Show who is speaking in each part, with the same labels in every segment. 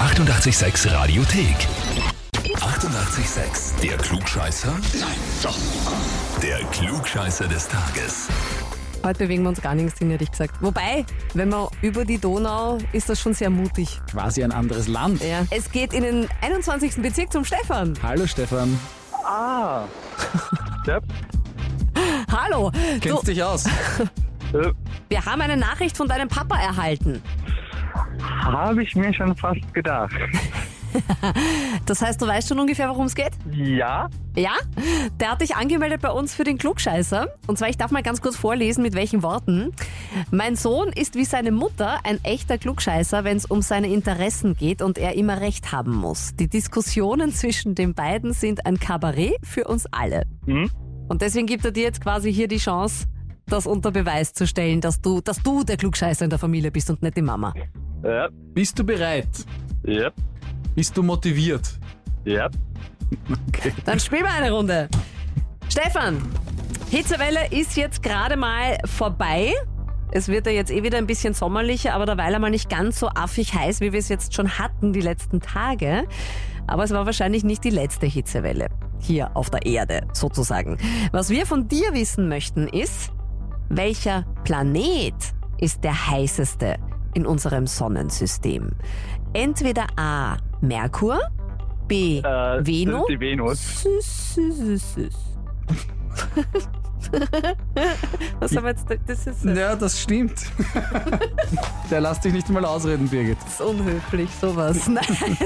Speaker 1: 886 Radiothek. 88,6. Der Klugscheißer? Nein, doch. Der Klugscheißer des Tages.
Speaker 2: Heute bewegen wir uns gar nirgends hin, hätte ich gesagt. Wobei, wenn man über die Donau, ist das schon sehr mutig.
Speaker 3: quasi ein anderes Land.
Speaker 2: Ja. Es geht in den 21. Bezirk zum Stefan.
Speaker 3: Hallo Stefan,
Speaker 4: Ah. Ja,
Speaker 2: Hallo.
Speaker 3: kennst dich aus?
Speaker 4: äh,
Speaker 2: wir haben eine Nachricht von deinem Papa erhalten.
Speaker 4: habe ich mir schon fast gedacht.
Speaker 2: Das heißt, du weißt schon ungefähr, worum es geht?
Speaker 4: Ja,
Speaker 2: Ja? Der hat dich angemeldet bei uns für den Klugscheißer. Und zwar, ich darf mal ganz kurz vorlesen, mit welchen Worten. Mein Sohn ist wie seine Mutter ein echter Klugscheißer, wenn es um seine Interessen geht und er immer recht haben muss. Die Diskussionen zwischen den beiden sind ein Kabarett für uns alle.
Speaker 4: Mhm.
Speaker 2: Und deswegen gibt er dir jetzt quasi hier die Chance, das unter Beweis zu stellen, dass du, dass du der Klugscheißer in der Familie bist und nicht die Mama.
Speaker 4: ja,
Speaker 3: Bist du bereit?
Speaker 4: ja,
Speaker 3: Bist du motiviert?
Speaker 4: ja.
Speaker 2: Dann spielen wir eine Runde. Stefan, Hitzewelle ist jetzt gerade mal vorbei. Es wird ja jetzt eh wieder ein bisschen sommerlicher, aber derweil einmal nicht ganz so affig heiß, wie wir es jetzt schon hatten die letzten Tage. Aber es war wahrscheinlich nicht die letzte Hitzewelle hier auf der Erde sozusagen. Was wir von dir wissen möchten ist, welcher Planet ist der heißeste in unserem Sonnensystem? Entweder A. Merkur, B.
Speaker 4: Äh,
Speaker 2: Venus,
Speaker 4: Die Venus.
Speaker 2: Süß, süß, süß, süß. Was haben wir jetzt? Das ist, das
Speaker 3: Ja, das stimmt. Der lass dich nicht mal ausreden, Birgit.
Speaker 2: ist unhöflich, sowas. Nein,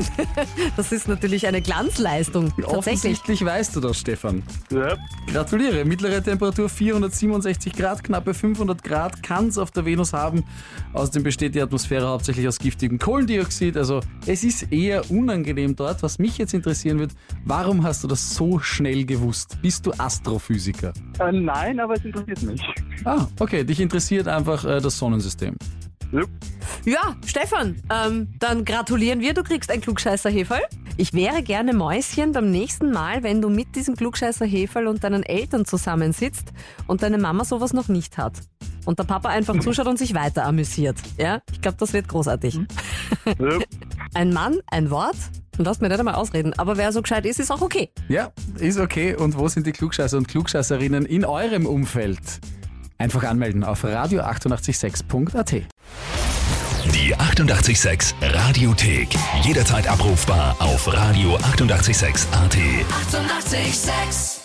Speaker 2: das ist natürlich eine Glanzleistung. Tatsächlich.
Speaker 3: Offensichtlich weißt du das, Stefan.
Speaker 4: Ja,
Speaker 3: Gratuliere. Mittlere Temperatur 467 Grad, knappe 500 Grad kann es auf der Venus haben. Außerdem besteht die Atmosphäre hauptsächlich aus giftigem Kohlendioxid. Also es ist eher unangenehm dort. Was mich jetzt interessieren wird, warum hast du das so schnell gewusst? Bist du Astrophysiker?
Speaker 4: äh, nein, aber es interessiert mich.
Speaker 3: Ah, okay. Dich interessiert einfach äh, das Sonnensystem.
Speaker 4: Ja,
Speaker 2: Ja, Stefan, ähm, dann gratulieren wir, du kriegst ein klugscheißer Heferl. Ich wäre gerne Mäuschen beim nächsten Mal, wenn du mit diesem klugscheißer Heferl und deinen Eltern zusammensitzt und deine Mama sowas noch nicht hat. Und der Papa einfach zuschaut und sich weiter amüsiert. Ja, ich glaube, das wird großartig.
Speaker 4: ja,
Speaker 2: Ein Mann, ein Wort. Und lass mir nicht einmal ausreden. Aber wer so gescheit ist, ist auch okay.
Speaker 3: Ja, ist okay. Und wo sind die Klugscheißer und Klugscheißerinnen in eurem Umfeld? Einfach anmelden auf radio886.at.
Speaker 1: Die 88,6 Radiothek. Jederzeit abrufbar auf radio886.at. 88,6.
Speaker 5: Eighty-eight, sex.